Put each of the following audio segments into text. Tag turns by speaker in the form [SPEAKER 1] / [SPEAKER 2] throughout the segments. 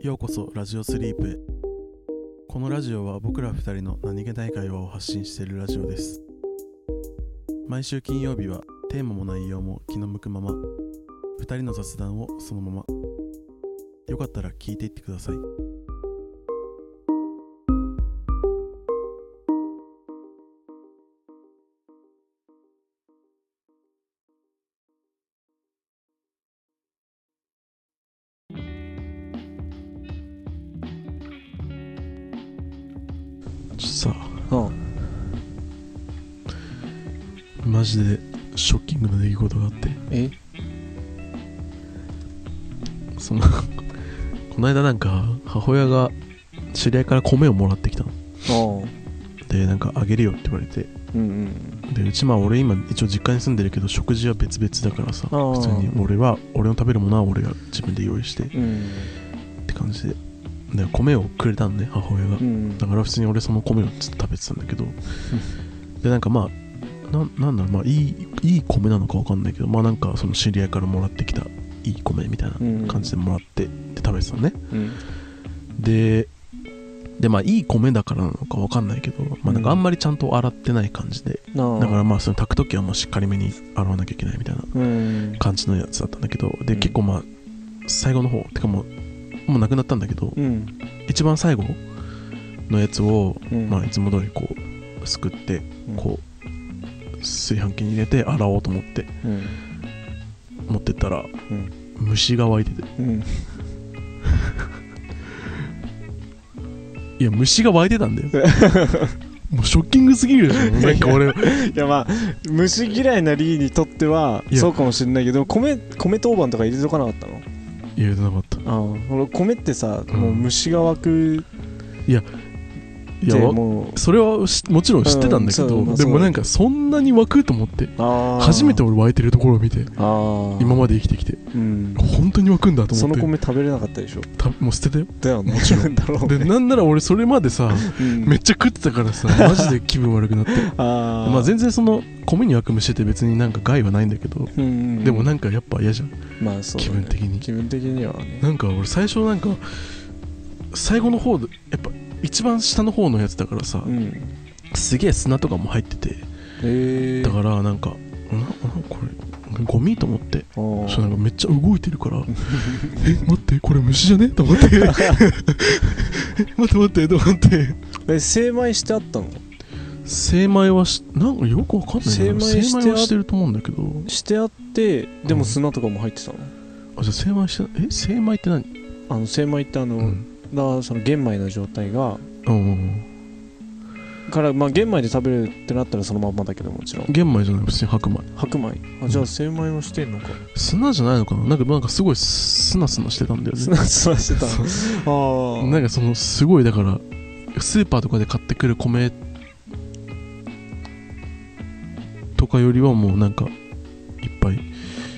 [SPEAKER 1] ようこそラジオスリープへこのラジオは僕ら2人の何気ない会話を発信しているラジオです毎週金曜日はテーマも内容も気の向くまま2人の雑談をそのままよかったら聞いていってくださいちょさ
[SPEAKER 2] うん。
[SPEAKER 1] マジでショッキングな出来事があって
[SPEAKER 2] え
[SPEAKER 1] その この間なんか母親が知り合いから米をもらってきたの
[SPEAKER 2] ああ。
[SPEAKER 1] でなんかあげるよって言われて
[SPEAKER 2] うん
[SPEAKER 1] でうちまあ俺今一応実家に住んでるけど食事は別々だからさ
[SPEAKER 2] あー
[SPEAKER 1] 普通に俺は俺の食べるものは俺が自分で用意してっ
[SPEAKER 2] うん。うん。
[SPEAKER 1] て感じでで米をくれたのね母親が
[SPEAKER 2] うん
[SPEAKER 1] だから普通に俺その米をずっと食べてたんだけどでなんかまあななんだろう、まあ、いいいい米なのかわかんないけどまあなんかその知り合いからもらってきたいい米みたいな感じでもらってで食べてたのね
[SPEAKER 2] うん。
[SPEAKER 1] ででまあいい米だからなのかわかんないけど、まあ、なんかあんまりちゃんと洗ってない感じで
[SPEAKER 2] なあ。
[SPEAKER 1] だからまあその炊く時はもうしっかりめに洗わなきゃいけないみたいな
[SPEAKER 2] うん。
[SPEAKER 1] 感じのやつだったんだけどで、
[SPEAKER 2] うん
[SPEAKER 1] 結構まあ最後の方てかもうもうなくなったんだけど
[SPEAKER 2] うん。
[SPEAKER 1] 一番最後のやつを、
[SPEAKER 2] うん
[SPEAKER 1] まあ、いつも通りこうすくって
[SPEAKER 2] うん
[SPEAKER 1] こう炊飯器に入れて洗おうと思って
[SPEAKER 2] うん。
[SPEAKER 1] 持ってったら
[SPEAKER 2] うん。
[SPEAKER 1] 虫が湧いてて
[SPEAKER 2] うん。
[SPEAKER 1] いや虫が湧いてた んだよもうショッキングすぎるでしょなんか 俺
[SPEAKER 2] いやまあ、虫嫌いなリーにとってはい
[SPEAKER 1] や
[SPEAKER 2] そうかもしれないけど、米、米当番とか入れとかなかったの
[SPEAKER 1] 言れてなかった
[SPEAKER 2] ああ。俺、米ってさ、
[SPEAKER 1] うん
[SPEAKER 2] もう虫が湧く
[SPEAKER 1] い
[SPEAKER 2] って、
[SPEAKER 1] やわ
[SPEAKER 2] も
[SPEAKER 1] それはしもちろん知ってたんだけど、
[SPEAKER 2] うんそう
[SPEAKER 1] でもなんかそんなに湧くと思って
[SPEAKER 2] う、ああ。
[SPEAKER 1] 初めて、俺湧いてるところを見て
[SPEAKER 2] ああ。
[SPEAKER 1] 今まで生きてきて
[SPEAKER 2] うん。
[SPEAKER 1] 本当に湧くんだと
[SPEAKER 2] そ
[SPEAKER 1] 思
[SPEAKER 2] の
[SPEAKER 1] って
[SPEAKER 2] 米食べれなかったでしょ。
[SPEAKER 1] たもう捨てたよ
[SPEAKER 2] だよね。
[SPEAKER 1] もちろん
[SPEAKER 2] だろう
[SPEAKER 1] で
[SPEAKER 2] ね。
[SPEAKER 1] なんなら俺それまで さ
[SPEAKER 2] うん
[SPEAKER 1] めっちゃ食ってたからさマジで気分悪くなって
[SPEAKER 2] ああ。
[SPEAKER 1] まあ全然その米に湧く虫って別になんか害はないんだけど
[SPEAKER 2] うんうんうん。
[SPEAKER 1] でもなんかやっぱ嫌じゃん
[SPEAKER 2] まあそうだ
[SPEAKER 1] 気
[SPEAKER 2] ね。
[SPEAKER 1] 分的に
[SPEAKER 2] 気分的にはね。
[SPEAKER 1] なんか俺最初なんか最後の方でやっぱ一番下の方のやつだからさ
[SPEAKER 2] うん。
[SPEAKER 1] すげえ砂とかも入ってて
[SPEAKER 2] ええ。
[SPEAKER 1] だからなんかななこれゴミと思って
[SPEAKER 2] ああ
[SPEAKER 1] そうなんかめっちゃ動いてるから え待ってこれ虫じゃねと 思ってえ待って待ってと思って
[SPEAKER 2] え精米してあったの
[SPEAKER 1] 精米はしなんかよくわかんないな
[SPEAKER 2] 精米してあ
[SPEAKER 1] 精米はしてると思うんだけど
[SPEAKER 2] してあってで
[SPEAKER 1] う
[SPEAKER 2] も
[SPEAKER 1] ん
[SPEAKER 2] 砂とかも入ってたの、
[SPEAKER 1] あじゃあ精米してえ精米って何
[SPEAKER 2] あの精米ってあの、
[SPEAKER 1] うん
[SPEAKER 2] だからその玄米の状態が
[SPEAKER 1] うんうんうん
[SPEAKER 2] からまあ玄米で食べるってなったらそのまんまだけどもちろん
[SPEAKER 1] 玄米じゃない普通に白米
[SPEAKER 2] 白米あじゃあ精米もしてんのか、
[SPEAKER 1] 砂じゃないのかななんかなんかすごいすなすなしてたんだよね
[SPEAKER 2] 砂砂してた
[SPEAKER 1] そう
[SPEAKER 2] ああ
[SPEAKER 1] なんかそのすごいだからスーパーとかで買ってくる米とかよりはもうなんかいっぱい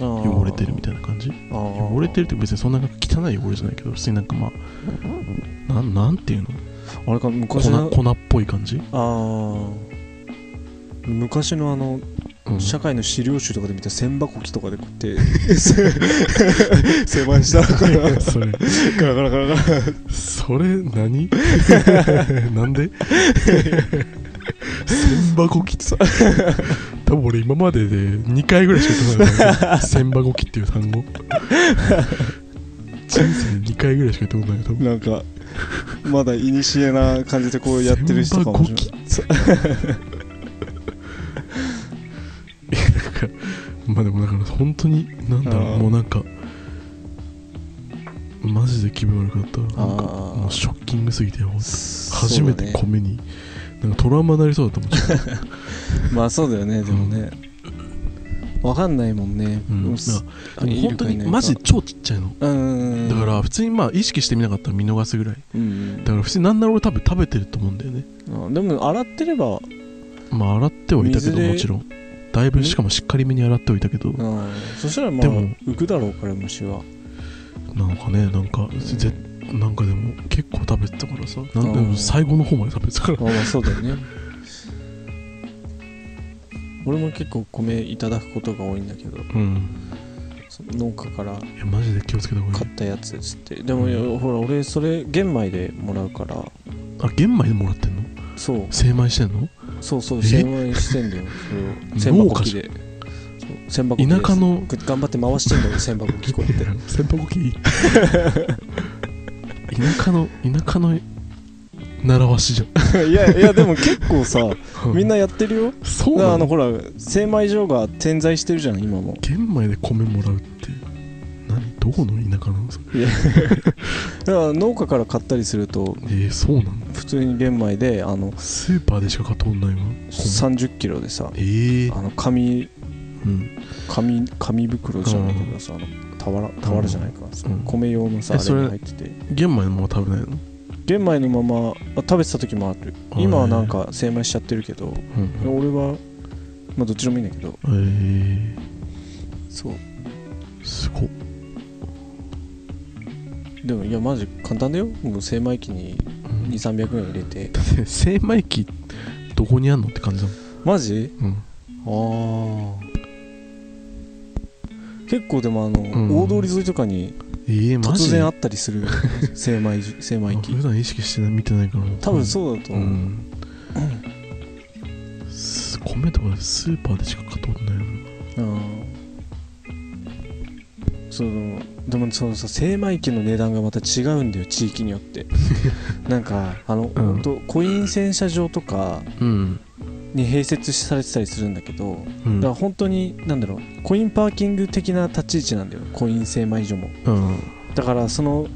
[SPEAKER 1] 汚れてるみ
[SPEAKER 2] たい
[SPEAKER 1] たいな感じ
[SPEAKER 2] な
[SPEAKER 1] 汚れてるって別にそんななんか汚い汚れじゃないけど普通になんかまあなんなんていうの
[SPEAKER 2] あれか昔の
[SPEAKER 1] 粉粉っぽい感じ、
[SPEAKER 2] ああ昔のあの、
[SPEAKER 1] うん、
[SPEAKER 2] 社会の資料集とかで見た千箱機とかでこうやって 精米したのか
[SPEAKER 1] い
[SPEAKER 2] ら
[SPEAKER 1] やそれ
[SPEAKER 2] ガラガラガラガラ
[SPEAKER 1] それ何なんで千箱切った多分俺今までで2回ぐらいしか言ってないから千箱切っていう単語人生2回ぐらいしか言ってことないよ多分
[SPEAKER 2] なんか、まだ古な感じでこうやってる人かもしれない。
[SPEAKER 1] まあでもだから本当になんだろ
[SPEAKER 2] あ
[SPEAKER 1] う
[SPEAKER 2] ー
[SPEAKER 1] もうなんかマジで気分悪くなったなんか
[SPEAKER 2] あー
[SPEAKER 1] もうショッキングすぎてほんと
[SPEAKER 2] 初
[SPEAKER 1] 初めて米に、なんかトラウマになりそうだと 思っちゃった
[SPEAKER 2] まあそうだよね、でもね。わかんないもんね。
[SPEAKER 1] うん
[SPEAKER 2] もう
[SPEAKER 1] だ
[SPEAKER 2] す
[SPEAKER 1] からでも本当にマジ。
[SPEAKER 2] いるかいな
[SPEAKER 1] で超
[SPEAKER 2] いか
[SPEAKER 1] ちっちゃいの
[SPEAKER 2] うんうんうん。
[SPEAKER 1] だから普通にまあ意識してみなかったら見逃すぐらい
[SPEAKER 2] うん
[SPEAKER 1] だから普通になんなら俺多分食べてると思うんだよね
[SPEAKER 2] うん。あでも洗ってれば、
[SPEAKER 1] まあ洗ってはいたけ
[SPEAKER 2] 水
[SPEAKER 1] ど
[SPEAKER 2] で
[SPEAKER 1] もちろんだいぶしかもしっかりめに洗ってはいたけど
[SPEAKER 2] うんそしたらまあ
[SPEAKER 1] でも
[SPEAKER 2] 浮くだろうから虫は。
[SPEAKER 1] なんかねなんかぜなんかでも結構食べてたからさなんで
[SPEAKER 2] あ
[SPEAKER 1] も
[SPEAKER 2] ー
[SPEAKER 1] 最後の方まで食べてたから
[SPEAKER 2] まあまあそうだよね。俺も結構米いただくことが多いんだけど、
[SPEAKER 1] うん
[SPEAKER 2] その農家から
[SPEAKER 1] いやマジで気をつけた方がい
[SPEAKER 2] 買
[SPEAKER 1] い
[SPEAKER 2] ったやつっつってでもよほら俺それ玄米でもらうから
[SPEAKER 1] あ玄米でもらってんの
[SPEAKER 2] そう
[SPEAKER 1] 精米してんの
[SPEAKER 2] そうそう
[SPEAKER 1] え
[SPEAKER 2] 精米してんだよそれを千
[SPEAKER 1] 農
[SPEAKER 2] 箱
[SPEAKER 1] 家
[SPEAKER 2] 機
[SPEAKER 1] じ
[SPEAKER 2] でそう千箱機で
[SPEAKER 1] 田舎の
[SPEAKER 2] ぐ頑張って回してんだよ千箱機こうやって
[SPEAKER 1] 先輩き 田舎の田舎の習わしじ
[SPEAKER 2] いやいやでも結構さ
[SPEAKER 1] ゃん
[SPEAKER 2] みんなやってるよ
[SPEAKER 1] そう
[SPEAKER 2] だから
[SPEAKER 1] な
[SPEAKER 2] あの
[SPEAKER 1] の
[SPEAKER 2] ほら精米所が点在してるじゃん今も
[SPEAKER 1] 玄米で米もらうっていう何どこの田舎なのそれ
[SPEAKER 2] いやだから農家から買ったりすると
[SPEAKER 1] えー、そうなの
[SPEAKER 2] 普通に玄米であの
[SPEAKER 1] スーパーでしか買っとんないわ米
[SPEAKER 2] 3 0キロでさ
[SPEAKER 1] えー、
[SPEAKER 2] あの紙
[SPEAKER 1] うん
[SPEAKER 2] 紙紙袋じゃないけどさあの俵俵じゃないかさ
[SPEAKER 1] うん
[SPEAKER 2] 米用のさ
[SPEAKER 1] え
[SPEAKER 2] あ
[SPEAKER 1] そ
[SPEAKER 2] れ
[SPEAKER 1] れ
[SPEAKER 2] に入ってて
[SPEAKER 1] 玄米のまま食べないの
[SPEAKER 2] 玄米のままあ食べてた時もある
[SPEAKER 1] あー
[SPEAKER 2] 今はなんか精米しちゃってるけど
[SPEAKER 1] うん
[SPEAKER 2] 俺はまあどっちでもいいんだけど
[SPEAKER 1] え
[SPEAKER 2] そう
[SPEAKER 1] ー、すごっ
[SPEAKER 2] でもいやマジ簡単だよもう精米機に
[SPEAKER 1] うん
[SPEAKER 2] 2 3 0 0円入れて
[SPEAKER 1] だって精米機どこにあんのって感じだも
[SPEAKER 2] マジ
[SPEAKER 1] ん、うん、
[SPEAKER 2] ああ結構でもあの、
[SPEAKER 1] ん
[SPEAKER 2] 大通り沿いとかに
[SPEAKER 1] えー、マ
[SPEAKER 2] 突
[SPEAKER 1] ジ
[SPEAKER 2] 然あ
[SPEAKER 1] あ
[SPEAKER 2] ったりする精米 じ精米機
[SPEAKER 1] 普段意識して見てないから
[SPEAKER 2] 多分そうだと
[SPEAKER 1] う
[SPEAKER 2] 思う、
[SPEAKER 1] ん、す米とかスーパーでしか買ったことないもん
[SPEAKER 2] うんそうでもそのさ精米機の値段がまた違うんだよ地域によって なんかあの、
[SPEAKER 1] うん
[SPEAKER 2] ほんとコイン洗車場とか
[SPEAKER 1] うん、
[SPEAKER 2] に併設されてたりするんだけど
[SPEAKER 1] う
[SPEAKER 2] だ
[SPEAKER 1] ん
[SPEAKER 2] から本当になんだろうコインパーキング的な立ち位置なんだよコイン精米所も
[SPEAKER 1] うん
[SPEAKER 2] だからその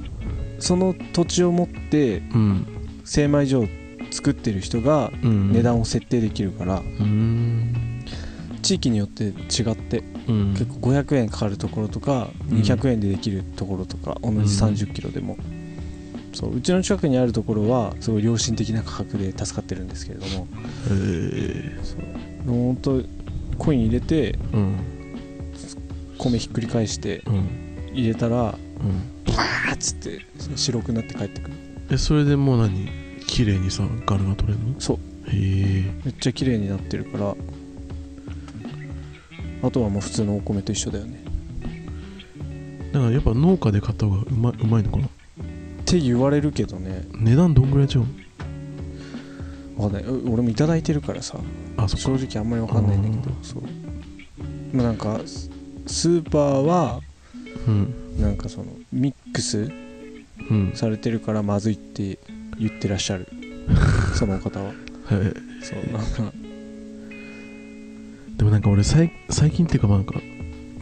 [SPEAKER 2] その土地を持って
[SPEAKER 1] うん
[SPEAKER 2] 精米所を作ってる人が
[SPEAKER 1] うん
[SPEAKER 2] 値段を設定できるから、
[SPEAKER 1] うん
[SPEAKER 2] 地域によって違って
[SPEAKER 1] うん
[SPEAKER 2] 結構500円かかるところとか、
[SPEAKER 1] うん
[SPEAKER 2] 200円でできるところとか同じ
[SPEAKER 1] うん
[SPEAKER 2] 3 0キロでも、うそううちの近くにあるところはすごい良心的な価格で助かってるんですけれども
[SPEAKER 1] え
[SPEAKER 2] そう本当コイン入れて
[SPEAKER 1] ー、うん
[SPEAKER 2] 米ひっくり返して
[SPEAKER 1] うん
[SPEAKER 2] 入れたら
[SPEAKER 1] うん
[SPEAKER 2] あーっつって白くなって帰ってくる
[SPEAKER 1] えそれでもう何綺麗にさ柄が取れるの
[SPEAKER 2] そう
[SPEAKER 1] へえ
[SPEAKER 2] めっちゃ綺麗になってるからあとはもう普通のお米と一緒だよね
[SPEAKER 1] だからやっぱ農家で買った方がうまいうまいのかな
[SPEAKER 2] って言われるけどね
[SPEAKER 1] 値段どんぐらい違うの
[SPEAKER 2] わかんないう俺もいただいてるからさ
[SPEAKER 1] あそ
[SPEAKER 2] 正
[SPEAKER 1] っか
[SPEAKER 2] 直あんまりわかんないんだけどそうまあなんかススーパーは
[SPEAKER 1] うん
[SPEAKER 2] なんかそのミックス
[SPEAKER 1] うん
[SPEAKER 2] されてるからまずいって言ってらっし ゃるその方は
[SPEAKER 1] はい
[SPEAKER 2] そうなんか
[SPEAKER 1] でもなんか俺さい最近っていうかまあなんか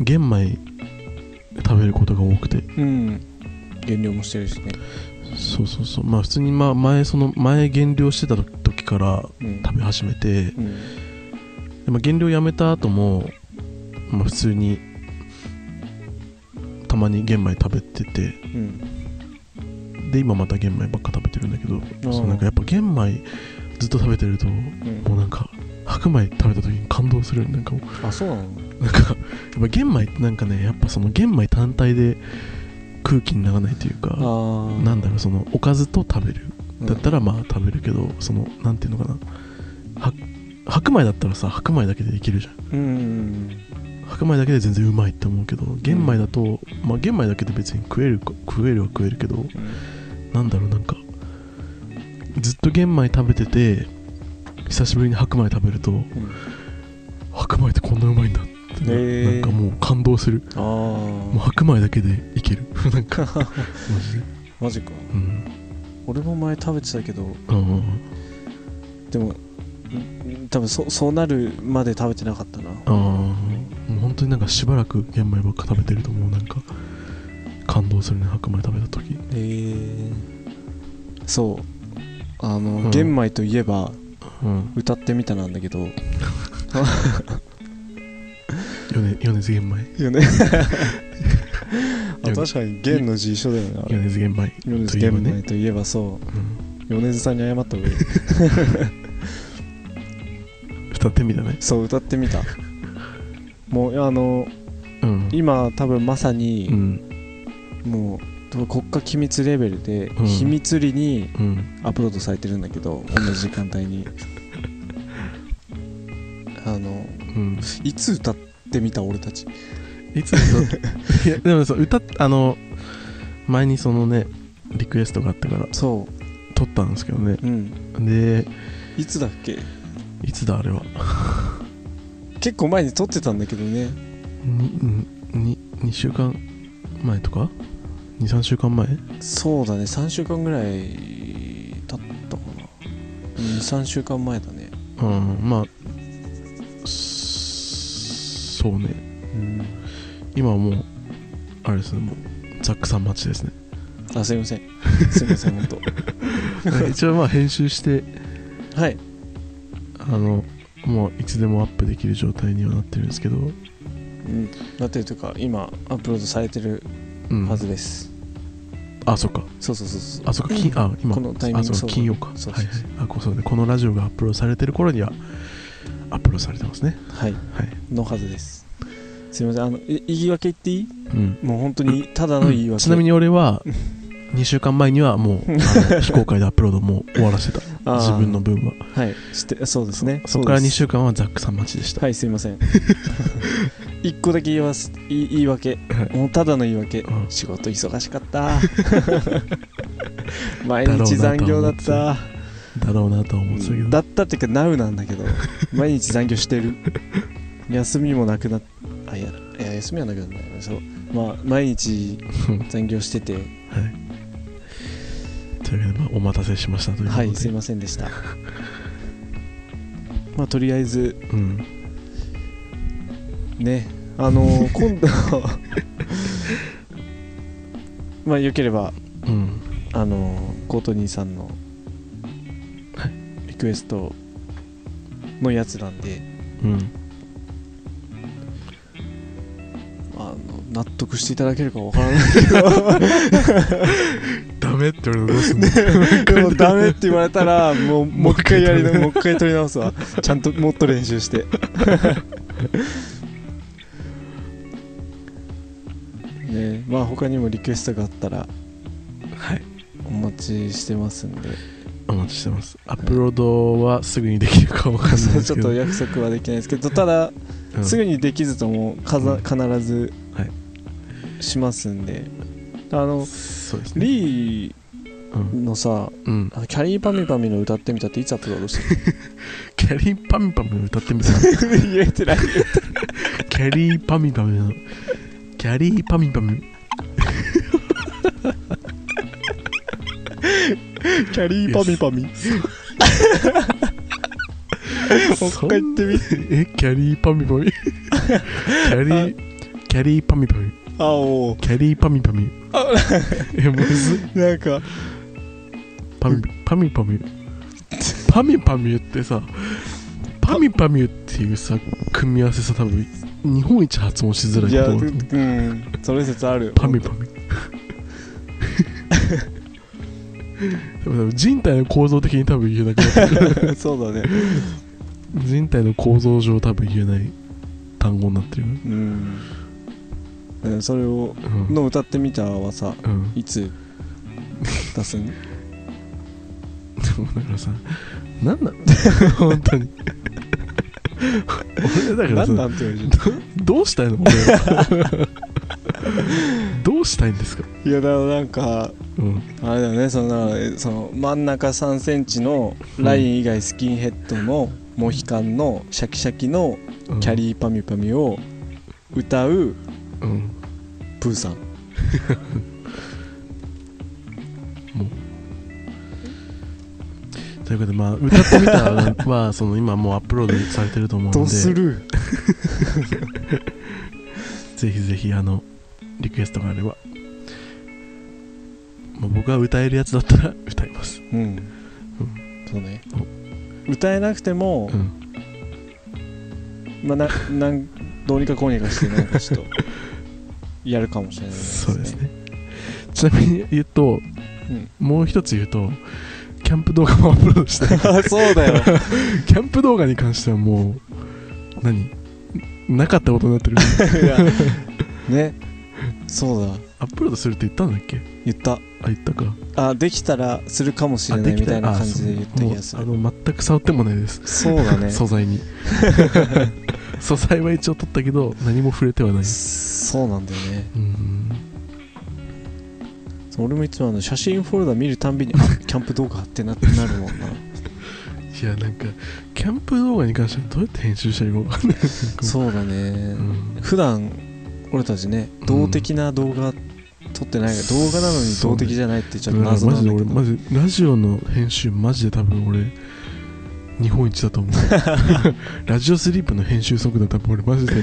[SPEAKER 1] 玄米食べることが多くて
[SPEAKER 2] うん減量もしてるしね
[SPEAKER 1] そうそうそうまあ普通にまあ前その前減量してた時から
[SPEAKER 2] うん
[SPEAKER 1] 食べ始めてで、
[SPEAKER 2] うん
[SPEAKER 1] まあ、減量やめた後もまあ普通にたまに玄米食べてて
[SPEAKER 2] うん
[SPEAKER 1] で今また玄米ばっか食べてるんだけど
[SPEAKER 2] ー
[SPEAKER 1] そうなんかやっぱ玄米ずっと食べてるとも
[SPEAKER 2] うん
[SPEAKER 1] うなんか白米食べた時に感動するなんかも
[SPEAKER 2] あそうなの
[SPEAKER 1] うなんかやっぱ玄米ってなんかねやっぱその玄米単体で空気にならないというか
[SPEAKER 2] ああ
[SPEAKER 1] なんだろうそのおかずと食べるだったらまあ食べるけどそのなんていうのかなは白米だったらさ白米だけでできるじゃん
[SPEAKER 2] うん
[SPEAKER 1] 白米だけで全然うまいって思うけど玄米だと、まあ玄米だけで別に食えるか食えるは食えるけどなんだろうなんかずっと玄米食べてて久しぶりに白米食べると
[SPEAKER 2] うん
[SPEAKER 1] 白米ってこんなうまいんだって、な
[SPEAKER 2] へー
[SPEAKER 1] なんかもう感動する
[SPEAKER 2] あ
[SPEAKER 1] もう
[SPEAKER 2] あ
[SPEAKER 1] 白米だけでいける なんかマジで
[SPEAKER 2] マジか
[SPEAKER 1] うん
[SPEAKER 2] 俺も前食べてたけど
[SPEAKER 1] うん
[SPEAKER 2] でもうん多分そそうなるまで食べてなかったな
[SPEAKER 1] あーもう本当になんかしばらく玄米ばっか食べてるともうなんか感動するね白米食べた時
[SPEAKER 2] えー、そうあの、
[SPEAKER 1] うん
[SPEAKER 2] 玄米といえば
[SPEAKER 1] うん
[SPEAKER 2] 歌ってみたなんだけど
[SPEAKER 1] 米米津玄米
[SPEAKER 2] よね
[SPEAKER 1] あ
[SPEAKER 2] 確
[SPEAKER 1] 確
[SPEAKER 2] かに玄の字一緒だよねあれ
[SPEAKER 1] 米津玄米
[SPEAKER 2] 米津
[SPEAKER 1] といえば
[SPEAKER 2] 玄
[SPEAKER 1] ね
[SPEAKER 2] 米といえばそ
[SPEAKER 1] うん
[SPEAKER 2] う米津さんに謝った 方がいい
[SPEAKER 1] 歌ってみたね
[SPEAKER 2] そう歌ってみたもうあの
[SPEAKER 1] うん
[SPEAKER 2] 今多分まさ
[SPEAKER 1] う
[SPEAKER 2] に、
[SPEAKER 1] ん
[SPEAKER 2] もう国家機密レベルで、
[SPEAKER 1] ん
[SPEAKER 2] 秘密裏に
[SPEAKER 1] うん
[SPEAKER 2] アップロードされてるんだけど同じ時間 帯にあの
[SPEAKER 1] うん
[SPEAKER 2] いつ歌ってみた俺たち
[SPEAKER 1] えいつも 歌っいやでもそう歌っあの前にそのねリクエストがあったから
[SPEAKER 2] そ
[SPEAKER 1] 撮ったんですけどね
[SPEAKER 2] ううん
[SPEAKER 1] で
[SPEAKER 2] いつだっけ
[SPEAKER 1] いつだあれは
[SPEAKER 2] 結構前に撮ってたんだけどね
[SPEAKER 1] にに2週間前とか23週間前
[SPEAKER 2] そうだね3週間ぐらい経ったかな23週間前だね
[SPEAKER 1] うんまあすそうね
[SPEAKER 2] うん
[SPEAKER 1] 今はもうあれですねもうザックさん待ち ですね
[SPEAKER 2] あすいま せんすいません本
[SPEAKER 1] 一応まあ編集して
[SPEAKER 2] 当はい
[SPEAKER 1] あのもういつでもアップできる状態にはなってるんですけど、
[SPEAKER 2] うんなってるというか今アップロードされてる
[SPEAKER 1] うん
[SPEAKER 2] はずです、
[SPEAKER 1] あそっか
[SPEAKER 2] そうそうそうそう
[SPEAKER 1] あそっか金あ今
[SPEAKER 2] このタイミング
[SPEAKER 1] あそう金曜か
[SPEAKER 2] そう
[SPEAKER 1] は
[SPEAKER 2] そ
[SPEAKER 1] いうはい
[SPEAKER 2] そ
[SPEAKER 1] あこうそうねこのラジオがアップロードされてる頃にはアップロードされてますね
[SPEAKER 2] はい
[SPEAKER 1] はい
[SPEAKER 2] のはずですすいませんあのい言い訳言っていい
[SPEAKER 1] うん
[SPEAKER 2] もう本当にただの言い訳
[SPEAKER 1] ちなみに俺は2週間前にはもうあの非公開でアップロードもう終わらせた
[SPEAKER 2] あー
[SPEAKER 1] 自分の分は
[SPEAKER 2] はいしてそうですね
[SPEAKER 1] そこから
[SPEAKER 2] うで
[SPEAKER 1] 2
[SPEAKER 2] す
[SPEAKER 1] 週間はザックさん待ちでした、
[SPEAKER 2] はいすいません 一個だけ言います言い言い訳
[SPEAKER 1] はい
[SPEAKER 2] もうただの言い訳、
[SPEAKER 1] うん
[SPEAKER 2] 仕事忙しかった 毎
[SPEAKER 1] だろうなとは思って
[SPEAKER 2] 日残業だった
[SPEAKER 1] だろうなとは思ってたけど、
[SPEAKER 2] だったっていうかナウなんだけど毎日残業してる休みもなくなっあいやいや休みはなくならないそうまあ毎日
[SPEAKER 1] うん
[SPEAKER 2] 残業してて
[SPEAKER 1] というわけで、まあ、お待たせしましたということ
[SPEAKER 2] は
[SPEAKER 1] で、
[SPEAKER 2] いすいませんでしたまあとりあえず
[SPEAKER 1] うん、
[SPEAKER 2] ねあのー今 度まあよければ
[SPEAKER 1] うん、
[SPEAKER 2] あのーコートニーさんの
[SPEAKER 1] はい
[SPEAKER 2] リクエストのやつなんで、
[SPEAKER 1] うん、
[SPEAKER 2] あの納得していただけるかわからない
[SPEAKER 1] ダメって俺どうすんの
[SPEAKER 2] けどで もダメって言われたらもう
[SPEAKER 1] も
[SPEAKER 2] も
[SPEAKER 1] う
[SPEAKER 2] う
[SPEAKER 1] 一回
[SPEAKER 2] 一回やり
[SPEAKER 1] 撮る
[SPEAKER 2] なもう一回取り直すわちゃんともっと練習して ねまあ他にもリクエストがあったら
[SPEAKER 1] はい
[SPEAKER 2] お待ちしてますんで
[SPEAKER 1] お待ちしてますアップロードはすぐにできるかわかんないです
[SPEAKER 2] ちょ
[SPEAKER 1] け
[SPEAKER 2] っ
[SPEAKER 1] ど
[SPEAKER 2] と約束はできないですけどただ
[SPEAKER 1] うん
[SPEAKER 2] すぐにできずともかざ必ず
[SPEAKER 1] はい
[SPEAKER 2] しますんで、あの
[SPEAKER 1] そうですね
[SPEAKER 2] リー
[SPEAKER 1] うん、
[SPEAKER 2] のさ
[SPEAKER 1] うん、
[SPEAKER 2] あのキャリーパミュパミュの歌ってみたっていつアップロードしてる
[SPEAKER 1] キャリーパミパミ歌ってみた
[SPEAKER 2] 言えてない
[SPEAKER 1] キャリーパミパミのキャリーパミパミ
[SPEAKER 2] キャリーパミュパミュもう一回言ってみ
[SPEAKER 1] えキャリーパミパミキャリーキャリーパミパミ
[SPEAKER 2] あおう
[SPEAKER 1] キャリーパミパミ
[SPEAKER 2] あ
[SPEAKER 1] えむずっ
[SPEAKER 2] なんか
[SPEAKER 1] パミパミパミパミパミってさパミパミっていうさ組み合わせさ多分日本一発音しづらい
[SPEAKER 2] いや
[SPEAKER 1] と
[SPEAKER 2] う
[SPEAKER 1] 思うん
[SPEAKER 2] それ説ある
[SPEAKER 1] パミパミでも多分人体の構造的に多分言えなくなってる
[SPEAKER 2] そうだね
[SPEAKER 1] 人体の構造上多分言えない単語になってるよね
[SPEAKER 2] うんねそれを
[SPEAKER 1] うん、
[SPEAKER 2] の歌ってみたはさ
[SPEAKER 1] うん、
[SPEAKER 2] いつ出すん
[SPEAKER 1] でもだからさなんなん 本当に俺だから
[SPEAKER 2] な
[SPEAKER 1] さ
[SPEAKER 2] んなんて言われる
[SPEAKER 1] どうしたいの俺はどうしたいんですか、
[SPEAKER 2] いやだからなんか
[SPEAKER 1] うん、
[SPEAKER 2] あれだよねそのだからその真ん中3センチのライン以外スキンヘッドのモヒカンのシャキシャキのキャ
[SPEAKER 1] ー、
[SPEAKER 2] リーパミュパミュを歌う
[SPEAKER 1] うん、
[SPEAKER 2] プーさん
[SPEAKER 1] ということでまあ歌ってみた のはその今もうアップロードされてると思うの
[SPEAKER 2] どう
[SPEAKER 1] です
[SPEAKER 2] る
[SPEAKER 1] ぜひぜひあのリクエストがあれば、まあ、僕が歌えるやつだったら歌います、
[SPEAKER 2] うんそうね歌えなくても
[SPEAKER 1] うん、
[SPEAKER 2] まあななんどうにかこうにかしてなんかちょっとやるかもしれな い
[SPEAKER 1] そうですねちなみに言うと、
[SPEAKER 2] うん
[SPEAKER 1] もう一つ言うとキャンプ動画もアップロードしてる
[SPEAKER 2] そうだよ
[SPEAKER 1] キャンプ動画に関してはもう何なかったことになって る
[SPEAKER 2] いやねそうだ
[SPEAKER 1] アップロードするって言ったんだっけ
[SPEAKER 2] 言った
[SPEAKER 1] あ言ったか
[SPEAKER 2] あできたらするかもし
[SPEAKER 1] あ
[SPEAKER 2] れないみたいな
[SPEAKER 1] あ
[SPEAKER 2] 感じで言っ
[SPEAKER 1] そう
[SPEAKER 2] た気
[SPEAKER 1] もう
[SPEAKER 2] がす
[SPEAKER 1] あ
[SPEAKER 2] る
[SPEAKER 1] の全く触ってもないです、
[SPEAKER 2] そう だね
[SPEAKER 1] 素材に素材は一応撮ったけど何も触れてはない
[SPEAKER 2] そそうなんだよね
[SPEAKER 1] うん
[SPEAKER 2] そう俺もいつもあの写真フォルダ見るたんびにあキャンプ動画ってなってなるも んな
[SPEAKER 1] いやなんかキャンプ動画に関してはどうやって編集したらいいか分かんない
[SPEAKER 2] そうだね、
[SPEAKER 1] うん
[SPEAKER 2] 普段俺たちね動的な動画撮ってないから、動画なのに動的じゃないってちょっと
[SPEAKER 1] だから
[SPEAKER 2] 謎
[SPEAKER 1] マ
[SPEAKER 2] な
[SPEAKER 1] ジ
[SPEAKER 2] ん
[SPEAKER 1] で
[SPEAKER 2] だけ
[SPEAKER 1] 俺
[SPEAKER 2] ど
[SPEAKER 1] マジラジオの編集マジで多分俺日本一だと思う ラジオスリープの編集速度多分俺マジで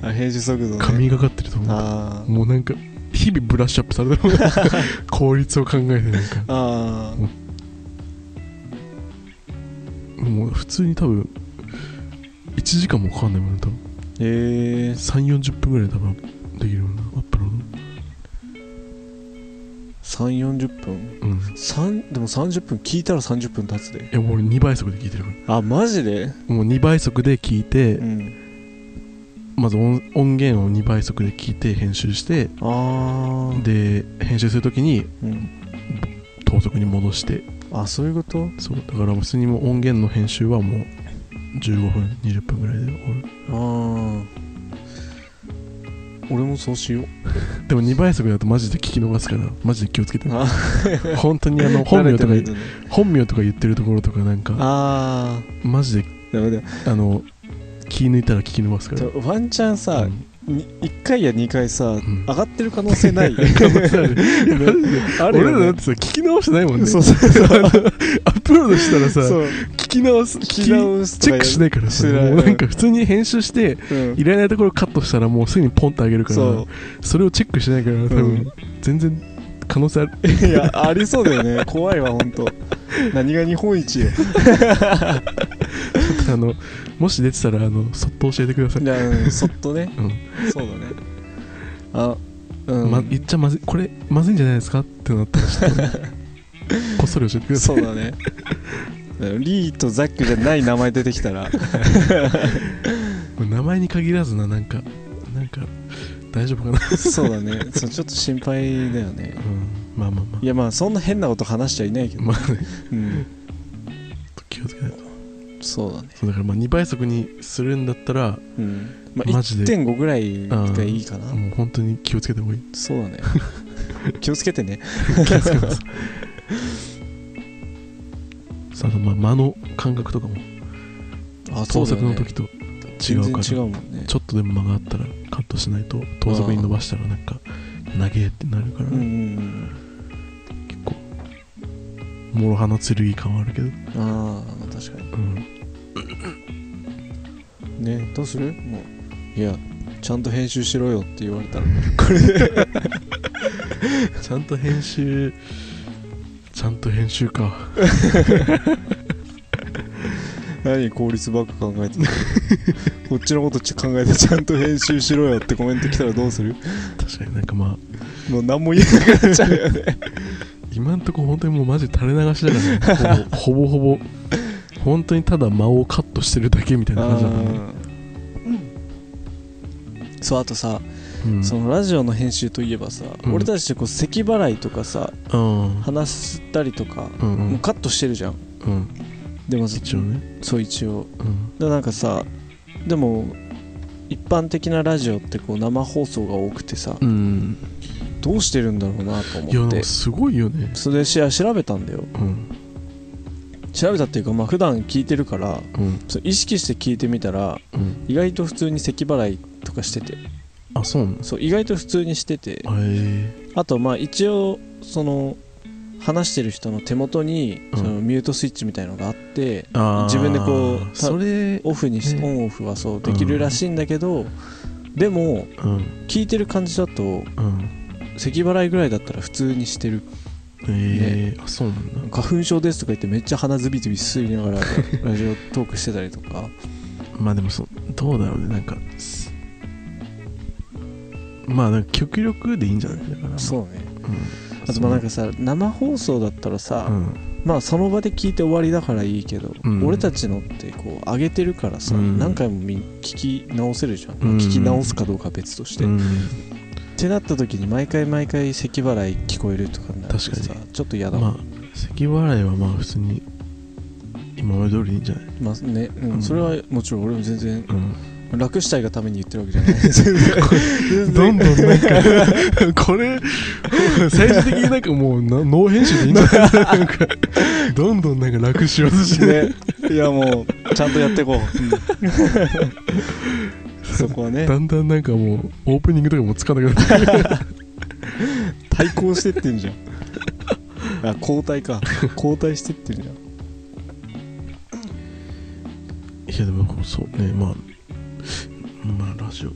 [SPEAKER 2] あ編集速度ね
[SPEAKER 1] 神がかってると思う、
[SPEAKER 2] あー
[SPEAKER 1] もうなんか日々ブラッシュアップされたもん効率を考えてなんか
[SPEAKER 2] あー
[SPEAKER 1] もう普通に多分1時間もかかんないもんね多分
[SPEAKER 2] えー、
[SPEAKER 1] 3 4 0分ぐらいで多分できるもんなアップロー
[SPEAKER 2] 3 4 0分
[SPEAKER 1] ドうん
[SPEAKER 2] 3でも30分聞いたら30分経つで
[SPEAKER 1] えもう俺2倍速で聞いてるか
[SPEAKER 2] あマジ
[SPEAKER 1] ら
[SPEAKER 2] で
[SPEAKER 1] もう2倍速で聞いて、
[SPEAKER 2] うん
[SPEAKER 1] まず音音源を2倍速で聞いて編集して
[SPEAKER 2] ああ
[SPEAKER 1] で編集するときに
[SPEAKER 2] うん、
[SPEAKER 1] 等速に戻して
[SPEAKER 2] あそういうこと
[SPEAKER 1] そうだから普通にもう音源の編集はもう15分20分ぐらいで終わる
[SPEAKER 2] ああ俺もそうし よう
[SPEAKER 1] でも2倍速だとマジで聞き逃すからマジで気をつけて
[SPEAKER 2] あ
[SPEAKER 1] 本当にあの本名とか
[SPEAKER 2] 慣れてないね
[SPEAKER 1] 本名とか言ってるところとかなんか
[SPEAKER 2] あ
[SPEAKER 1] マジで
[SPEAKER 2] あダメだ
[SPEAKER 1] あの気抜いたら聞き逃すから
[SPEAKER 2] ワンチャンさ
[SPEAKER 1] う、ん
[SPEAKER 2] に1回や2回さ、
[SPEAKER 1] ん
[SPEAKER 2] 上がってる可能性ない
[SPEAKER 1] 可能 性あるいやマジで
[SPEAKER 2] ある
[SPEAKER 1] 俺らだ
[SPEAKER 2] よ
[SPEAKER 1] っ
[SPEAKER 2] ね
[SPEAKER 1] てさ聞き直してないもんね
[SPEAKER 2] そうそうそう
[SPEAKER 1] あのアップロードしたらさ
[SPEAKER 2] そう
[SPEAKER 1] 聞き直す聞
[SPEAKER 2] 聞き直すと
[SPEAKER 1] チ
[SPEAKER 2] か
[SPEAKER 1] ェッ
[SPEAKER 2] や
[SPEAKER 1] クしないからさ
[SPEAKER 2] しない
[SPEAKER 1] もうなんか普通に編集して
[SPEAKER 2] うん
[SPEAKER 1] いらないところカットしたらもうすぐにポンってあげるから
[SPEAKER 2] そ
[SPEAKER 1] それをチェックしないから多分、
[SPEAKER 2] うん
[SPEAKER 1] 全然可能性ある
[SPEAKER 2] ういやありそうだよね怖いわほんと何が日本一よ
[SPEAKER 1] あのもし出てたらあのそっと教えてください
[SPEAKER 2] い、や、うん、そっとね
[SPEAKER 1] うん
[SPEAKER 2] そうだねあうん、
[SPEAKER 1] ま、言っちゃまずいこれまずいんじゃないですかってなったらちょっ とこっそり教えてくださ
[SPEAKER 2] そ
[SPEAKER 1] いう
[SPEAKER 2] だねリーとザックじゃない名前出てきたら
[SPEAKER 1] 名前に限らずななんかなんか大丈夫かな、
[SPEAKER 2] そうだねそうちょっと心配だよね
[SPEAKER 1] うん、まあまあまあ
[SPEAKER 2] いやまあそんな変なこと話しちゃいないけど、
[SPEAKER 1] まあね
[SPEAKER 2] うん、
[SPEAKER 1] 気をつけないと
[SPEAKER 2] そうだね
[SPEAKER 1] そうだからまあ2倍速にするんだったら
[SPEAKER 2] うんまあ
[SPEAKER 1] マジで
[SPEAKER 2] 1.5ぐらいがいいかな
[SPEAKER 1] もう本当に気をつけた方がいい
[SPEAKER 2] そうだね気をつけてね
[SPEAKER 1] 気をつけます さあとまあ間の感覚とかも
[SPEAKER 2] あ
[SPEAKER 1] 盗
[SPEAKER 2] だ
[SPEAKER 1] 作の時と違
[SPEAKER 2] 全
[SPEAKER 1] う
[SPEAKER 2] 然
[SPEAKER 1] から
[SPEAKER 2] 違うもんね
[SPEAKER 1] ちょっとでも間があったらカットしないと盗作に伸ばしたらなんか長えってなるから、
[SPEAKER 2] うんうん
[SPEAKER 1] 結構諸刃の剣感はあるけど、
[SPEAKER 2] うんああ確か
[SPEAKER 1] うん、
[SPEAKER 2] にねどうするもういやちゃんと編集しろよって言われたら
[SPEAKER 1] ちゃんと編集ちゃんと編集か
[SPEAKER 2] 何効率ばっか考えてた こっちのことち考えてちゃんと編集しろよってコメント来たらどうする
[SPEAKER 1] 確かになんかまあ
[SPEAKER 2] もう何も言えなくなっちゃう よね
[SPEAKER 1] 今んとこ本当にもうマジ垂れ流しだから、ね、ほぼほぼほぼ本当にただ間をカットしてるだけみたいな感じだからね、
[SPEAKER 2] うんそうあとさ、
[SPEAKER 1] うん、
[SPEAKER 2] そのラジオの編集といえばさ、
[SPEAKER 1] うん
[SPEAKER 2] 俺たちこう咳払いとかさ
[SPEAKER 1] うん
[SPEAKER 2] 話したりとか、
[SPEAKER 1] うんう
[SPEAKER 2] もうんカットしてるじゃん
[SPEAKER 1] うん
[SPEAKER 2] でもさ
[SPEAKER 1] 一応ね
[SPEAKER 2] そう一応
[SPEAKER 1] うん
[SPEAKER 2] でなんかさでも一般的なラジオってこう生放送が多くてさ
[SPEAKER 1] うん
[SPEAKER 2] どうしてるんだろうなと
[SPEAKER 1] いや
[SPEAKER 2] 思
[SPEAKER 1] な
[SPEAKER 2] っ
[SPEAKER 1] ん
[SPEAKER 2] て
[SPEAKER 1] かすごいよね
[SPEAKER 2] それでし調べたんだよ
[SPEAKER 1] うん
[SPEAKER 2] 調べたっていうかまあ普段聞いてるから
[SPEAKER 1] うん
[SPEAKER 2] そう意識して聞いてみたら
[SPEAKER 1] うん
[SPEAKER 2] 意外と普通に咳払いとかしてて
[SPEAKER 1] あそうなんです
[SPEAKER 2] そう意外と普通にしてて
[SPEAKER 1] へえ
[SPEAKER 2] あとまあ一応その話してる人の手元に
[SPEAKER 1] うん
[SPEAKER 2] そのミュートスイッチみたいのがあって、
[SPEAKER 1] あー
[SPEAKER 2] 自分でこうた
[SPEAKER 1] それ
[SPEAKER 2] オフにし、
[SPEAKER 1] ね
[SPEAKER 2] オンオフはそうできるらしいんだけど、でも
[SPEAKER 1] うん
[SPEAKER 2] 聞いてる感じだと
[SPEAKER 1] うん
[SPEAKER 2] 咳払いぐらいだったら普通にしてる
[SPEAKER 1] ええあそうなんだ
[SPEAKER 2] 花粉症ですとか言ってめっちゃ鼻ズビズビ吸いなが らラジオトークしてたりとか
[SPEAKER 1] まあでもそどうだろうねなんかすまあなんか極力でいいんじゃないだから
[SPEAKER 2] そうね
[SPEAKER 1] うん
[SPEAKER 2] あとまあなんかさ生放送だったらさ、
[SPEAKER 1] うん
[SPEAKER 2] まあその場で聞いて終わりだからいいけど、
[SPEAKER 1] うん
[SPEAKER 2] 俺たちのってこう上げてるからさ、
[SPEAKER 1] うん
[SPEAKER 2] 何回もみ聞き直せるじゃん、
[SPEAKER 1] うん
[SPEAKER 2] 聞き直すかどうかは別として、
[SPEAKER 1] う
[SPEAKER 2] っ
[SPEAKER 1] ん
[SPEAKER 2] てなった時に毎回毎回咳払い聞こえるとかになるとさ
[SPEAKER 1] 確か
[SPEAKER 2] ちょっと嫌だわ、
[SPEAKER 1] まあ咳払いはまあ普通に今まで通りでいいんじゃない
[SPEAKER 2] まあね、うん
[SPEAKER 1] うん
[SPEAKER 2] それはもちろん俺も全然
[SPEAKER 1] うん
[SPEAKER 2] 楽したいがために言ってるわけじ ゃない全然全然
[SPEAKER 3] どんどんなんか これ最終的になんかもうな脳編集でいいんじゃないなんか どんどんなんか楽しようとして
[SPEAKER 2] ね、いやもうちゃんとやっていこう、 そこはね
[SPEAKER 3] だんだんなんかもうオープニングとかもつかなくな って
[SPEAKER 2] 対抗してってんじゃんあ交代か交代してってるじゃん
[SPEAKER 1] いやでもそうねまあまあラジオ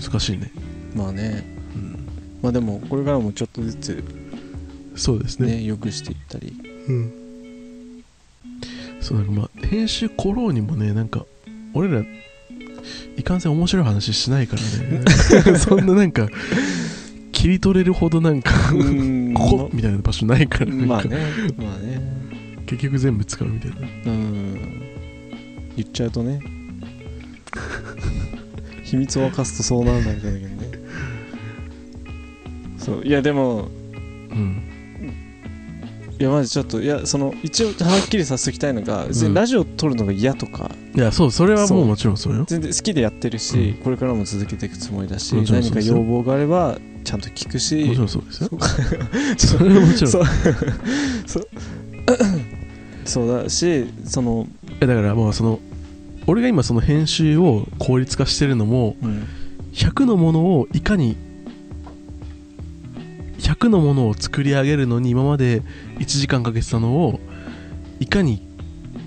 [SPEAKER 1] 難しいね
[SPEAKER 2] まあね
[SPEAKER 1] うん
[SPEAKER 2] まあでもこれからもちょっとずつ
[SPEAKER 1] そうですね
[SPEAKER 2] ね良くしていったり
[SPEAKER 3] うん
[SPEAKER 1] そうなんかまあ編集コローにもねなんか俺らいかんせん面白い話しないから ねそんななんか切り取れるほどなんか
[SPEAKER 2] うん
[SPEAKER 1] ここみたいな場所ないからなん
[SPEAKER 2] まあ
[SPEAKER 1] か
[SPEAKER 2] ねまあね
[SPEAKER 1] 結局全部使うみたいな
[SPEAKER 2] うん言っちゃうとね 秘密を明かすとそうならないんだけどねそういやでも
[SPEAKER 1] うん
[SPEAKER 2] いやまずちょっといやその一応はっきりさせておきたいのが別
[SPEAKER 1] う
[SPEAKER 2] に
[SPEAKER 1] ん
[SPEAKER 2] ラジオ撮るのが嫌とか、
[SPEAKER 1] いやそうそれは
[SPEAKER 2] そ
[SPEAKER 1] も
[SPEAKER 2] う
[SPEAKER 1] うもちろんそうよ
[SPEAKER 2] 全然好きでやってるし、
[SPEAKER 1] うん
[SPEAKER 2] これからも続けていくつもりだし
[SPEAKER 1] もちろん
[SPEAKER 2] 何
[SPEAKER 1] そう
[SPEAKER 2] か
[SPEAKER 1] ですよ
[SPEAKER 2] 要望があればちゃんと聞く
[SPEAKER 1] も
[SPEAKER 2] し
[SPEAKER 1] ちろんそうですよ
[SPEAKER 2] そう
[SPEAKER 1] それはもちろん
[SPEAKER 2] そ
[SPEAKER 1] いう
[SPEAKER 2] そうそうだしその、
[SPEAKER 1] やだからまあその俺が今その編集を効率化してるのも
[SPEAKER 2] うん
[SPEAKER 1] 100のものをいかに100のものを作り上げるのに今まで1時間かけてたのをいかに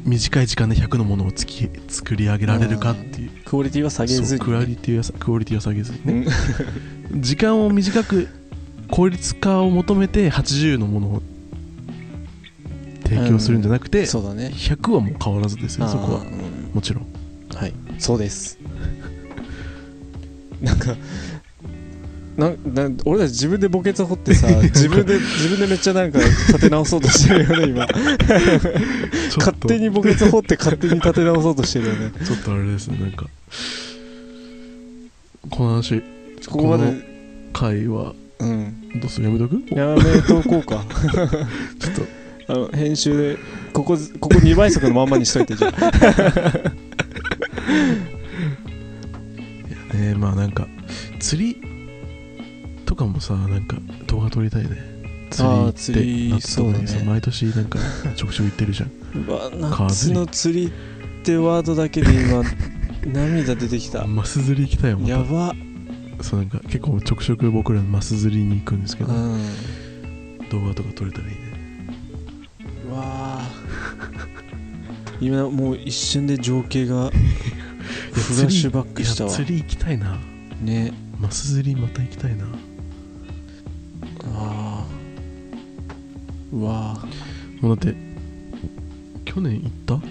[SPEAKER 1] 短い時間で100のものをつき作り上げられるかっていう
[SPEAKER 2] クオリティは下げ
[SPEAKER 1] そ
[SPEAKER 2] ず
[SPEAKER 1] う
[SPEAKER 2] に
[SPEAKER 1] クラリティはさクオリティは下げずにね時間を短く効率化を求めて80のものを提供するんじゃなく
[SPEAKER 2] う
[SPEAKER 1] て
[SPEAKER 2] んそうだね
[SPEAKER 1] 100はもう変わらずですよそこ
[SPEAKER 2] あ
[SPEAKER 1] は
[SPEAKER 2] ーうん
[SPEAKER 1] もちろん
[SPEAKER 2] はいそうですなんかなんなん俺たち自分で墓穴掘っ てさ自分で自分でめっちゃなんか立て直そうとしてるよね 今勝手に墓穴掘って勝手に立て直そうとしてるよね
[SPEAKER 1] ちょっとあれですねなんかこの話
[SPEAKER 2] ここ
[SPEAKER 1] こ
[SPEAKER 2] まで
[SPEAKER 1] の会は
[SPEAKER 2] うん
[SPEAKER 1] どうするやめとく
[SPEAKER 2] やめとこ うか
[SPEAKER 1] ちょっと
[SPEAKER 2] あの編集でここここ2倍速のまんまにしといてじゃあ
[SPEAKER 1] ねまあなんか釣りとかもさなんか動画撮りたいね釣り行
[SPEAKER 2] あ
[SPEAKER 1] っ
[SPEAKER 2] ー
[SPEAKER 1] て
[SPEAKER 2] 釣り
[SPEAKER 1] 夏とかにさ
[SPEAKER 2] そうだね
[SPEAKER 1] 毎年なんかちょくちょく行ってるじゃ ん
[SPEAKER 2] うわ
[SPEAKER 1] 川
[SPEAKER 2] 夏
[SPEAKER 1] 釣り
[SPEAKER 2] の釣りってワードだけで今涙出てきた
[SPEAKER 1] マス釣り行きたいよまた
[SPEAKER 2] やば
[SPEAKER 1] そうなんか結構ちょくちょく僕らマス釣りに行くんですけ
[SPEAKER 2] う
[SPEAKER 1] ど
[SPEAKER 2] ん
[SPEAKER 1] 動画とか撮れたらいいね
[SPEAKER 2] うわあ今もう一瞬で情 景がフラッシュバックしたわ
[SPEAKER 1] いや釣り行きたいな
[SPEAKER 2] ね
[SPEAKER 1] マス釣りまた行きたいな
[SPEAKER 2] あーうわあ
[SPEAKER 1] もうだって去年行った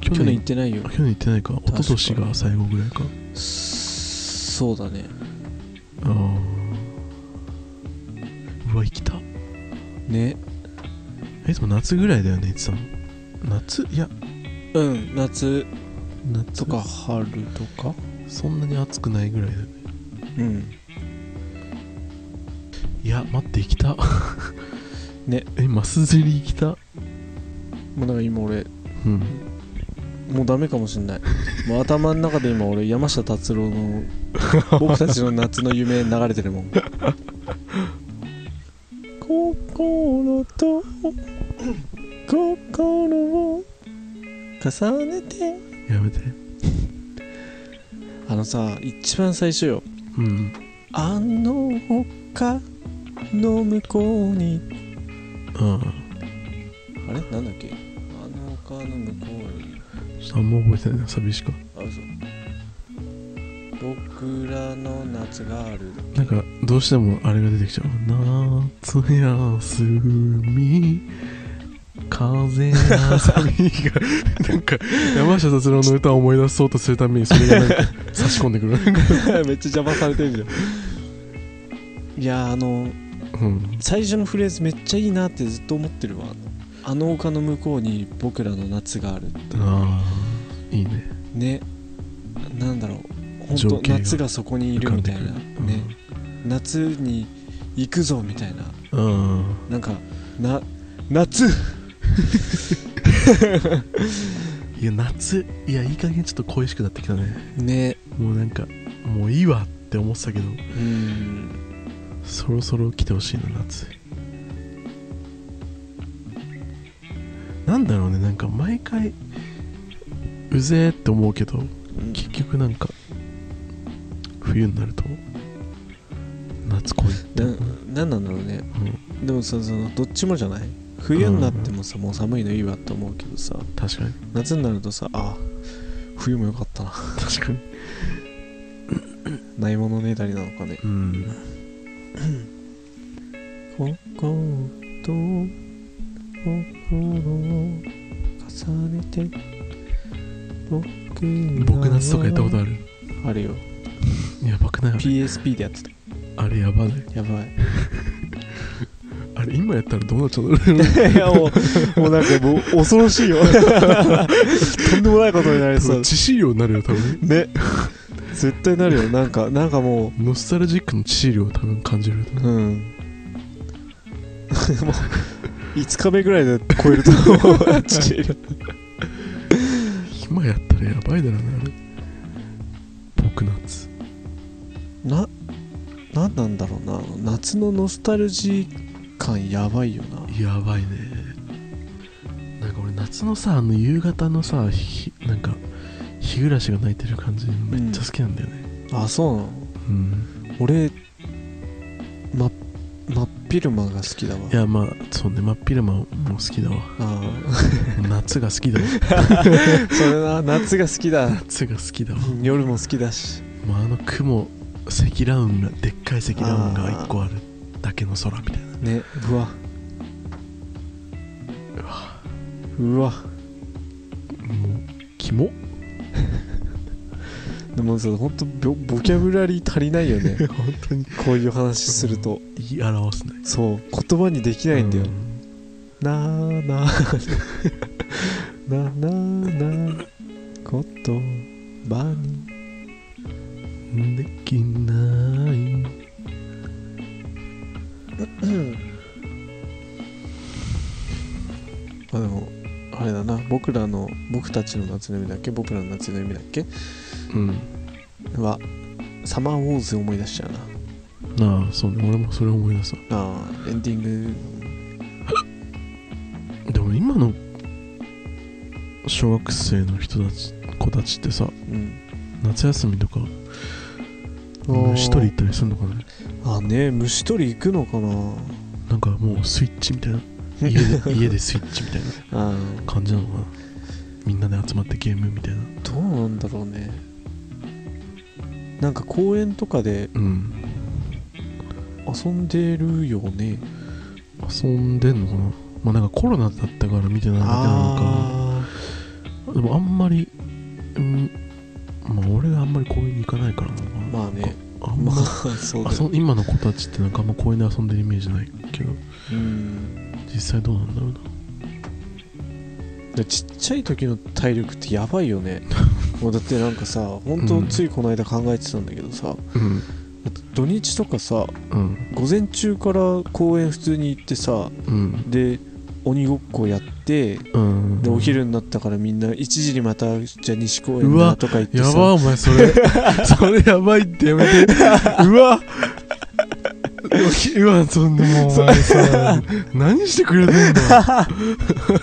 [SPEAKER 1] 去
[SPEAKER 2] 去年行ってないよ
[SPEAKER 1] あ去年行ってないか一
[SPEAKER 2] か
[SPEAKER 1] 昨年が最後ぐらいか
[SPEAKER 2] そうだね
[SPEAKER 1] ああうわ行きた
[SPEAKER 2] ね
[SPEAKER 1] えでも夏ぐらいだよねいつも夏いや
[SPEAKER 2] うん夏
[SPEAKER 1] 夏
[SPEAKER 2] とか春とか
[SPEAKER 1] そんなに暑くないぐらいだよね
[SPEAKER 2] うん
[SPEAKER 1] いや待って行きた
[SPEAKER 2] ね
[SPEAKER 1] えマス釣り行きた
[SPEAKER 2] もうなんか今俺
[SPEAKER 1] うん
[SPEAKER 2] もうダメかもしんないもう頭の中で今俺山下達郎の僕たちの夏の夢流れてるもん心と心を重ねて
[SPEAKER 1] やめて
[SPEAKER 2] あのさ一番最初よ
[SPEAKER 1] うん
[SPEAKER 2] あの丘の向こうに
[SPEAKER 1] あ
[SPEAKER 2] あれなんだっけあの丘の向こうに
[SPEAKER 1] あちょっとあんま覚えてないな寂しか
[SPEAKER 2] あ嘘僕らの夏がある
[SPEAKER 1] なんかどうしてもあれが出てきちゃう夏休み風休みが なんか山下達郎の歌を思い出そうとするためにそれがなんか差し込んでくる
[SPEAKER 2] めっちゃ邪魔されてるじゃんいやーあの
[SPEAKER 1] うん
[SPEAKER 2] 最初のフレーズめっちゃいいなってずっと思ってるわあの丘の向こうに僕らの夏がある
[SPEAKER 1] ああいいね
[SPEAKER 2] ねなんだろう本
[SPEAKER 1] 情
[SPEAKER 2] 当
[SPEAKER 1] 景が
[SPEAKER 2] 夏がそこにいるみたいな
[SPEAKER 1] 浮かんで
[SPEAKER 2] ね夏に行くぞみたいな
[SPEAKER 1] くるうんうん
[SPEAKER 2] なんかな夏
[SPEAKER 1] いや夏いやいい加減ちょっと恋しくなってきたね
[SPEAKER 2] ね
[SPEAKER 1] もうなんかもういいわって思ってたけど
[SPEAKER 2] うん
[SPEAKER 1] そろそろ来てほしいな夏なんだろうねなんか毎回うぜーって思うけど結局なんか冬になると夏恋って
[SPEAKER 2] ななんなんだろうねでもさそのどっちもじゃない冬になってもさ、もう寒いのいいわって思うけどさ
[SPEAKER 1] 確かに
[SPEAKER 2] 夏になるとさあ冬もよかったな
[SPEAKER 1] 確かに
[SPEAKER 2] ないものねだりなのかね
[SPEAKER 1] うん
[SPEAKER 2] 心と心を重ねて僕
[SPEAKER 1] 僕夏とかやったこと
[SPEAKER 2] あ
[SPEAKER 1] ある
[SPEAKER 2] るあるよ
[SPEAKER 1] やばくないあれ
[SPEAKER 2] PSP でやってた
[SPEAKER 1] あれやばない
[SPEAKER 2] やばい
[SPEAKER 1] あれ今やったらどうなっちゃうんだろう
[SPEAKER 2] いやもうもうなんかもう恐ろしいよ とんでもないことになり
[SPEAKER 1] 多
[SPEAKER 2] そう
[SPEAKER 1] 分致死量になるよ多分
[SPEAKER 2] ね絶対なるよなんかなんかも
[SPEAKER 1] ノスタルジックの致死量を多分感じる
[SPEAKER 2] ううん もう5日目ぐらいで超えると思う父より
[SPEAKER 1] 今やったらやばいだろうなあれ僕夏
[SPEAKER 2] な何なんだろうな夏のノスタルジー感やばいよな
[SPEAKER 1] やばいねなんか俺夏のさあの夕方のさひなんか日暮らしが鳴いてる感じめっちゃ好きなんだよね
[SPEAKER 2] あそうなの
[SPEAKER 1] うん、
[SPEAKER 2] 俺ま真っ昼間が好きだわ
[SPEAKER 1] いやまあそうね真っ昼間も好きだわ
[SPEAKER 2] あ
[SPEAKER 1] 夏が好きだわ
[SPEAKER 2] あ それな夏が好きだ
[SPEAKER 1] 夏が好きだわ
[SPEAKER 2] 夜も好きだし
[SPEAKER 1] まあ、あの雲積乱雲がでっかい積乱雲が1個あるだけの空みたいな
[SPEAKER 2] ねうわ
[SPEAKER 1] うわ
[SPEAKER 2] うわ
[SPEAKER 1] もうキ モ
[SPEAKER 2] でもさほんとボボキャブラリー足りないよね
[SPEAKER 1] 本当に
[SPEAKER 2] こういう話すると
[SPEAKER 1] 言い表せない
[SPEAKER 2] そう言葉にできないんだよ、
[SPEAKER 1] う
[SPEAKER 2] なーなーなーなーなー言葉に
[SPEAKER 1] できない
[SPEAKER 2] まあでもあれだな僕らの僕たちの夏の夢だっけ僕らの夏の夢だっけ
[SPEAKER 1] うん
[SPEAKER 2] はサマーウォーズ思い出しちゃうな
[SPEAKER 1] なあそうね俺もそれ思い出した
[SPEAKER 2] あーエンディング
[SPEAKER 1] でも今の小学生の人たち子たちってさ
[SPEAKER 2] うん
[SPEAKER 1] 夏休みとか虫取り行ったりするのかね
[SPEAKER 2] あーね虫取り行くのかな
[SPEAKER 1] なんかもうスイッチみたいな家 で家でスイッチみたいな
[SPEAKER 2] あ
[SPEAKER 1] 感じなのかなみんなで集まってゲームみたいな
[SPEAKER 2] ーどうなんだろうねなんか公園とかで
[SPEAKER 1] うん
[SPEAKER 2] 遊んでるよね
[SPEAKER 1] 遊んでんのかなまあなんかコロナだったから見てないだけなの
[SPEAKER 2] ああ
[SPEAKER 1] かでもあんまりうんまあ俺があんまり公園に行かないからな
[SPEAKER 2] まあね
[SPEAKER 1] あん
[SPEAKER 2] ま
[SPEAKER 1] ま
[SPEAKER 2] あそうだ
[SPEAKER 1] あそ
[SPEAKER 2] よ
[SPEAKER 1] ん今の子たちってなんかあんま公園で遊んでるイメージないけど
[SPEAKER 2] うん
[SPEAKER 1] 実際どうなんだろうな
[SPEAKER 2] でちっちゃい時の体力ってやばいよ ねもうだってなんかさ本当
[SPEAKER 1] うん
[SPEAKER 2] ついこの間考えてたんだけどさ、
[SPEAKER 1] うん
[SPEAKER 2] だって土日とかさ
[SPEAKER 1] うん
[SPEAKER 2] 午前中から公園普通に行ってさ
[SPEAKER 1] うん
[SPEAKER 2] で鬼ごっこやって
[SPEAKER 1] うん
[SPEAKER 2] でお昼になったからみんな1時にまたじゃあ西公園
[SPEAKER 1] う
[SPEAKER 2] だ
[SPEAKER 1] わ
[SPEAKER 2] とか言って
[SPEAKER 1] や
[SPEAKER 2] さ
[SPEAKER 1] ばお前それそれやばいってやめてう わおひうわそんなもう お前さ何してくれてんだ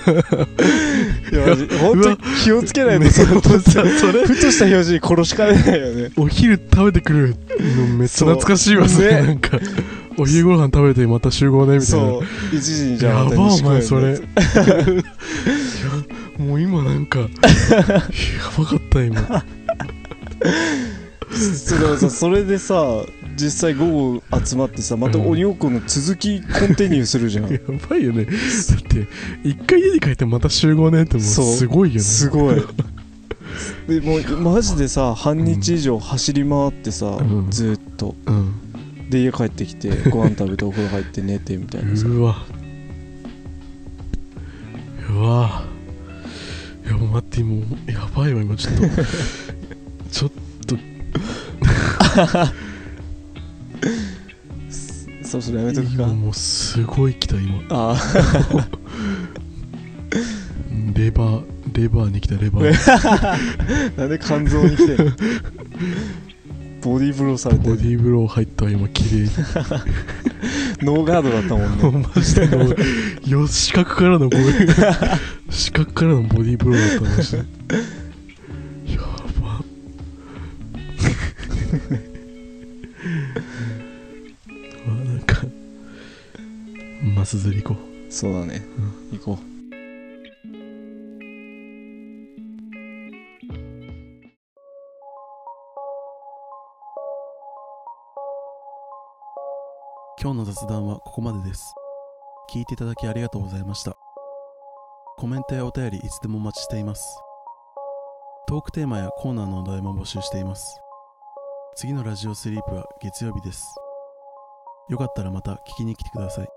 [SPEAKER 2] いやマジ本
[SPEAKER 1] う
[SPEAKER 2] 当
[SPEAKER 1] わ
[SPEAKER 2] に気をつけないとその
[SPEAKER 1] それ
[SPEAKER 2] ふとした表情に殺しかねないよね
[SPEAKER 1] お昼食べてくるのめっちゃ懐かしいわ
[SPEAKER 2] そう
[SPEAKER 1] それ
[SPEAKER 2] ね
[SPEAKER 1] なんかお昼ご飯食べてまた集合ねみたいな
[SPEAKER 2] そう1時にじゃあまた
[SPEAKER 1] やば
[SPEAKER 2] 西公園
[SPEAKER 1] お前それ
[SPEAKER 2] で
[SPEAKER 1] もう今なんかやばかった今
[SPEAKER 2] それさそれでさ実際午後集まってさまた鬼ごっこの続きコンティニューするじゃん
[SPEAKER 1] やばいよねだって一回家に帰ってまた集合ねってもう
[SPEAKER 2] そう
[SPEAKER 1] すごいよね
[SPEAKER 2] すごいでもうマジでさ半日以上走り回ってさ、
[SPEAKER 1] うん
[SPEAKER 2] ずーっと
[SPEAKER 1] うん
[SPEAKER 2] で家帰ってきてご飯食べてお風呂入って寝てみたいなさ
[SPEAKER 1] うわうわいやもう待って今やばいわ今ちょ っとちょっと
[SPEAKER 2] そうそれやめとくか
[SPEAKER 1] 今もうすごい来た今
[SPEAKER 2] あ
[SPEAKER 1] レバー
[SPEAKER 3] レバーに来たレ バー
[SPEAKER 2] なんで肝臓に来てるのボディーブローされて
[SPEAKER 3] ボデ
[SPEAKER 2] る
[SPEAKER 3] ィーブロー入ったわ今綺麗に
[SPEAKER 2] ノーガードだったもんね
[SPEAKER 3] もう マジでもうよ視覚からのボディ視覚からのボディーブローだったマジでやば まあなんかマス釣り行こう
[SPEAKER 2] そうだね、行こ
[SPEAKER 1] 今日の雑談はここまでです聞いていただきありがとうございましたコメントやお便りいつでもお待ちしていますトークテーマやコーナーのお題も募集しています次のラジオスリープは月曜日ですよかったらまた聞きに来てください